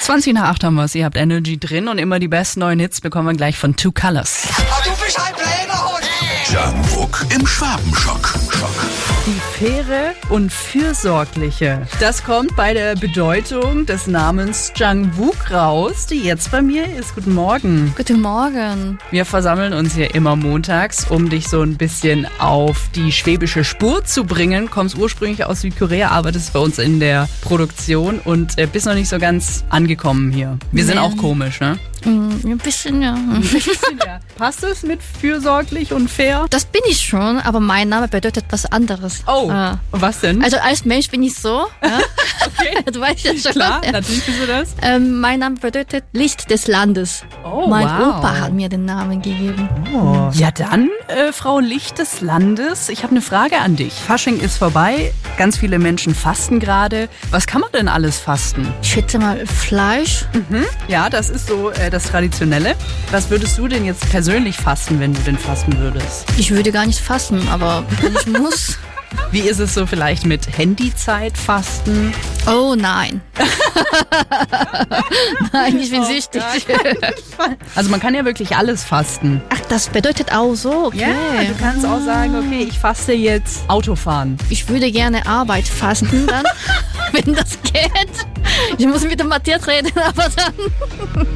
20 nach 8 haben wir es. Ihr habt Energy drin und immer die besten neuen Hits bekommen wir gleich von Two Colors. Aber Ah, du bist ein Pläner, Hund! Jamrock im Schwabenschock. Schock. Die faire und fürsorgliche. Das kommt bei der Bedeutung des Namens Zhang Wook raus, die jetzt bei mir ist. Guten Morgen. Guten Morgen. Wir versammeln uns hier immer montags, um dich so ein bisschen auf die schwäbische Spur zu bringen. Kommst ursprünglich aus Südkorea, arbeitest bei uns in der Produktion und äh, bist noch nicht so ganz angekommen hier. Wir sind Nee. auch komisch, ne? Mm, Ein bisschen, ja. Passt es mit fürsorglich und fair? Das bin ich schon, aber mein Name bedeutet was anderes. Oh, Äh, was denn? Also als Mensch bin ich so. Ja? okay. du weißt ja schon. Klar, Ja. natürlich bist du das. Ähm, mein Name bedeutet Licht des Landes. Oh, mein wow. Opa hat mir den Namen gegeben. Ja, dann, äh, Frau Licht des Landes, ich habe eine Frage an dich. Fasching ist vorbei, ganz viele Menschen fasten gerade. Was kann man denn alles fasten? Ich schätze mal Fleisch. Ja, das ist so äh, das Traditionelle. Was würdest du denn jetzt persönlich fasten, wenn du denn fasten würdest? Ich würde gar nicht fassen, aber wenn ich muss. Wie ist es so vielleicht mit Handyzeit fasten? Oh nein. nein, ich Oh bin süchtig. Also man kann ja wirklich alles fasten. Ach, das bedeutet auch so, okay. kannst auch sagen, okay, ich faste jetzt Autofahren. Ich würde gerne Arbeit fasten, dann, wenn das geht. Ich muss mit dem Matthias reden, aber dann.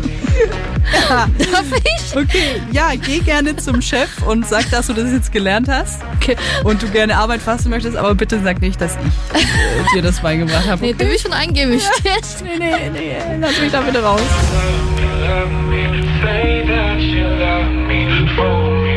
Darf ich? Okay, ja, geh gerne zum Chef und sag, dass du das jetzt gelernt hast und du gerne Arbeit fasten möchtest, aber bitte sag nicht, dass ich äh, dir das beigebracht habe. Nee, du bist schon eingemischt. jetzt. nee, nee, nee, lass mich da bitte raus. Love me, say that you love me, hold me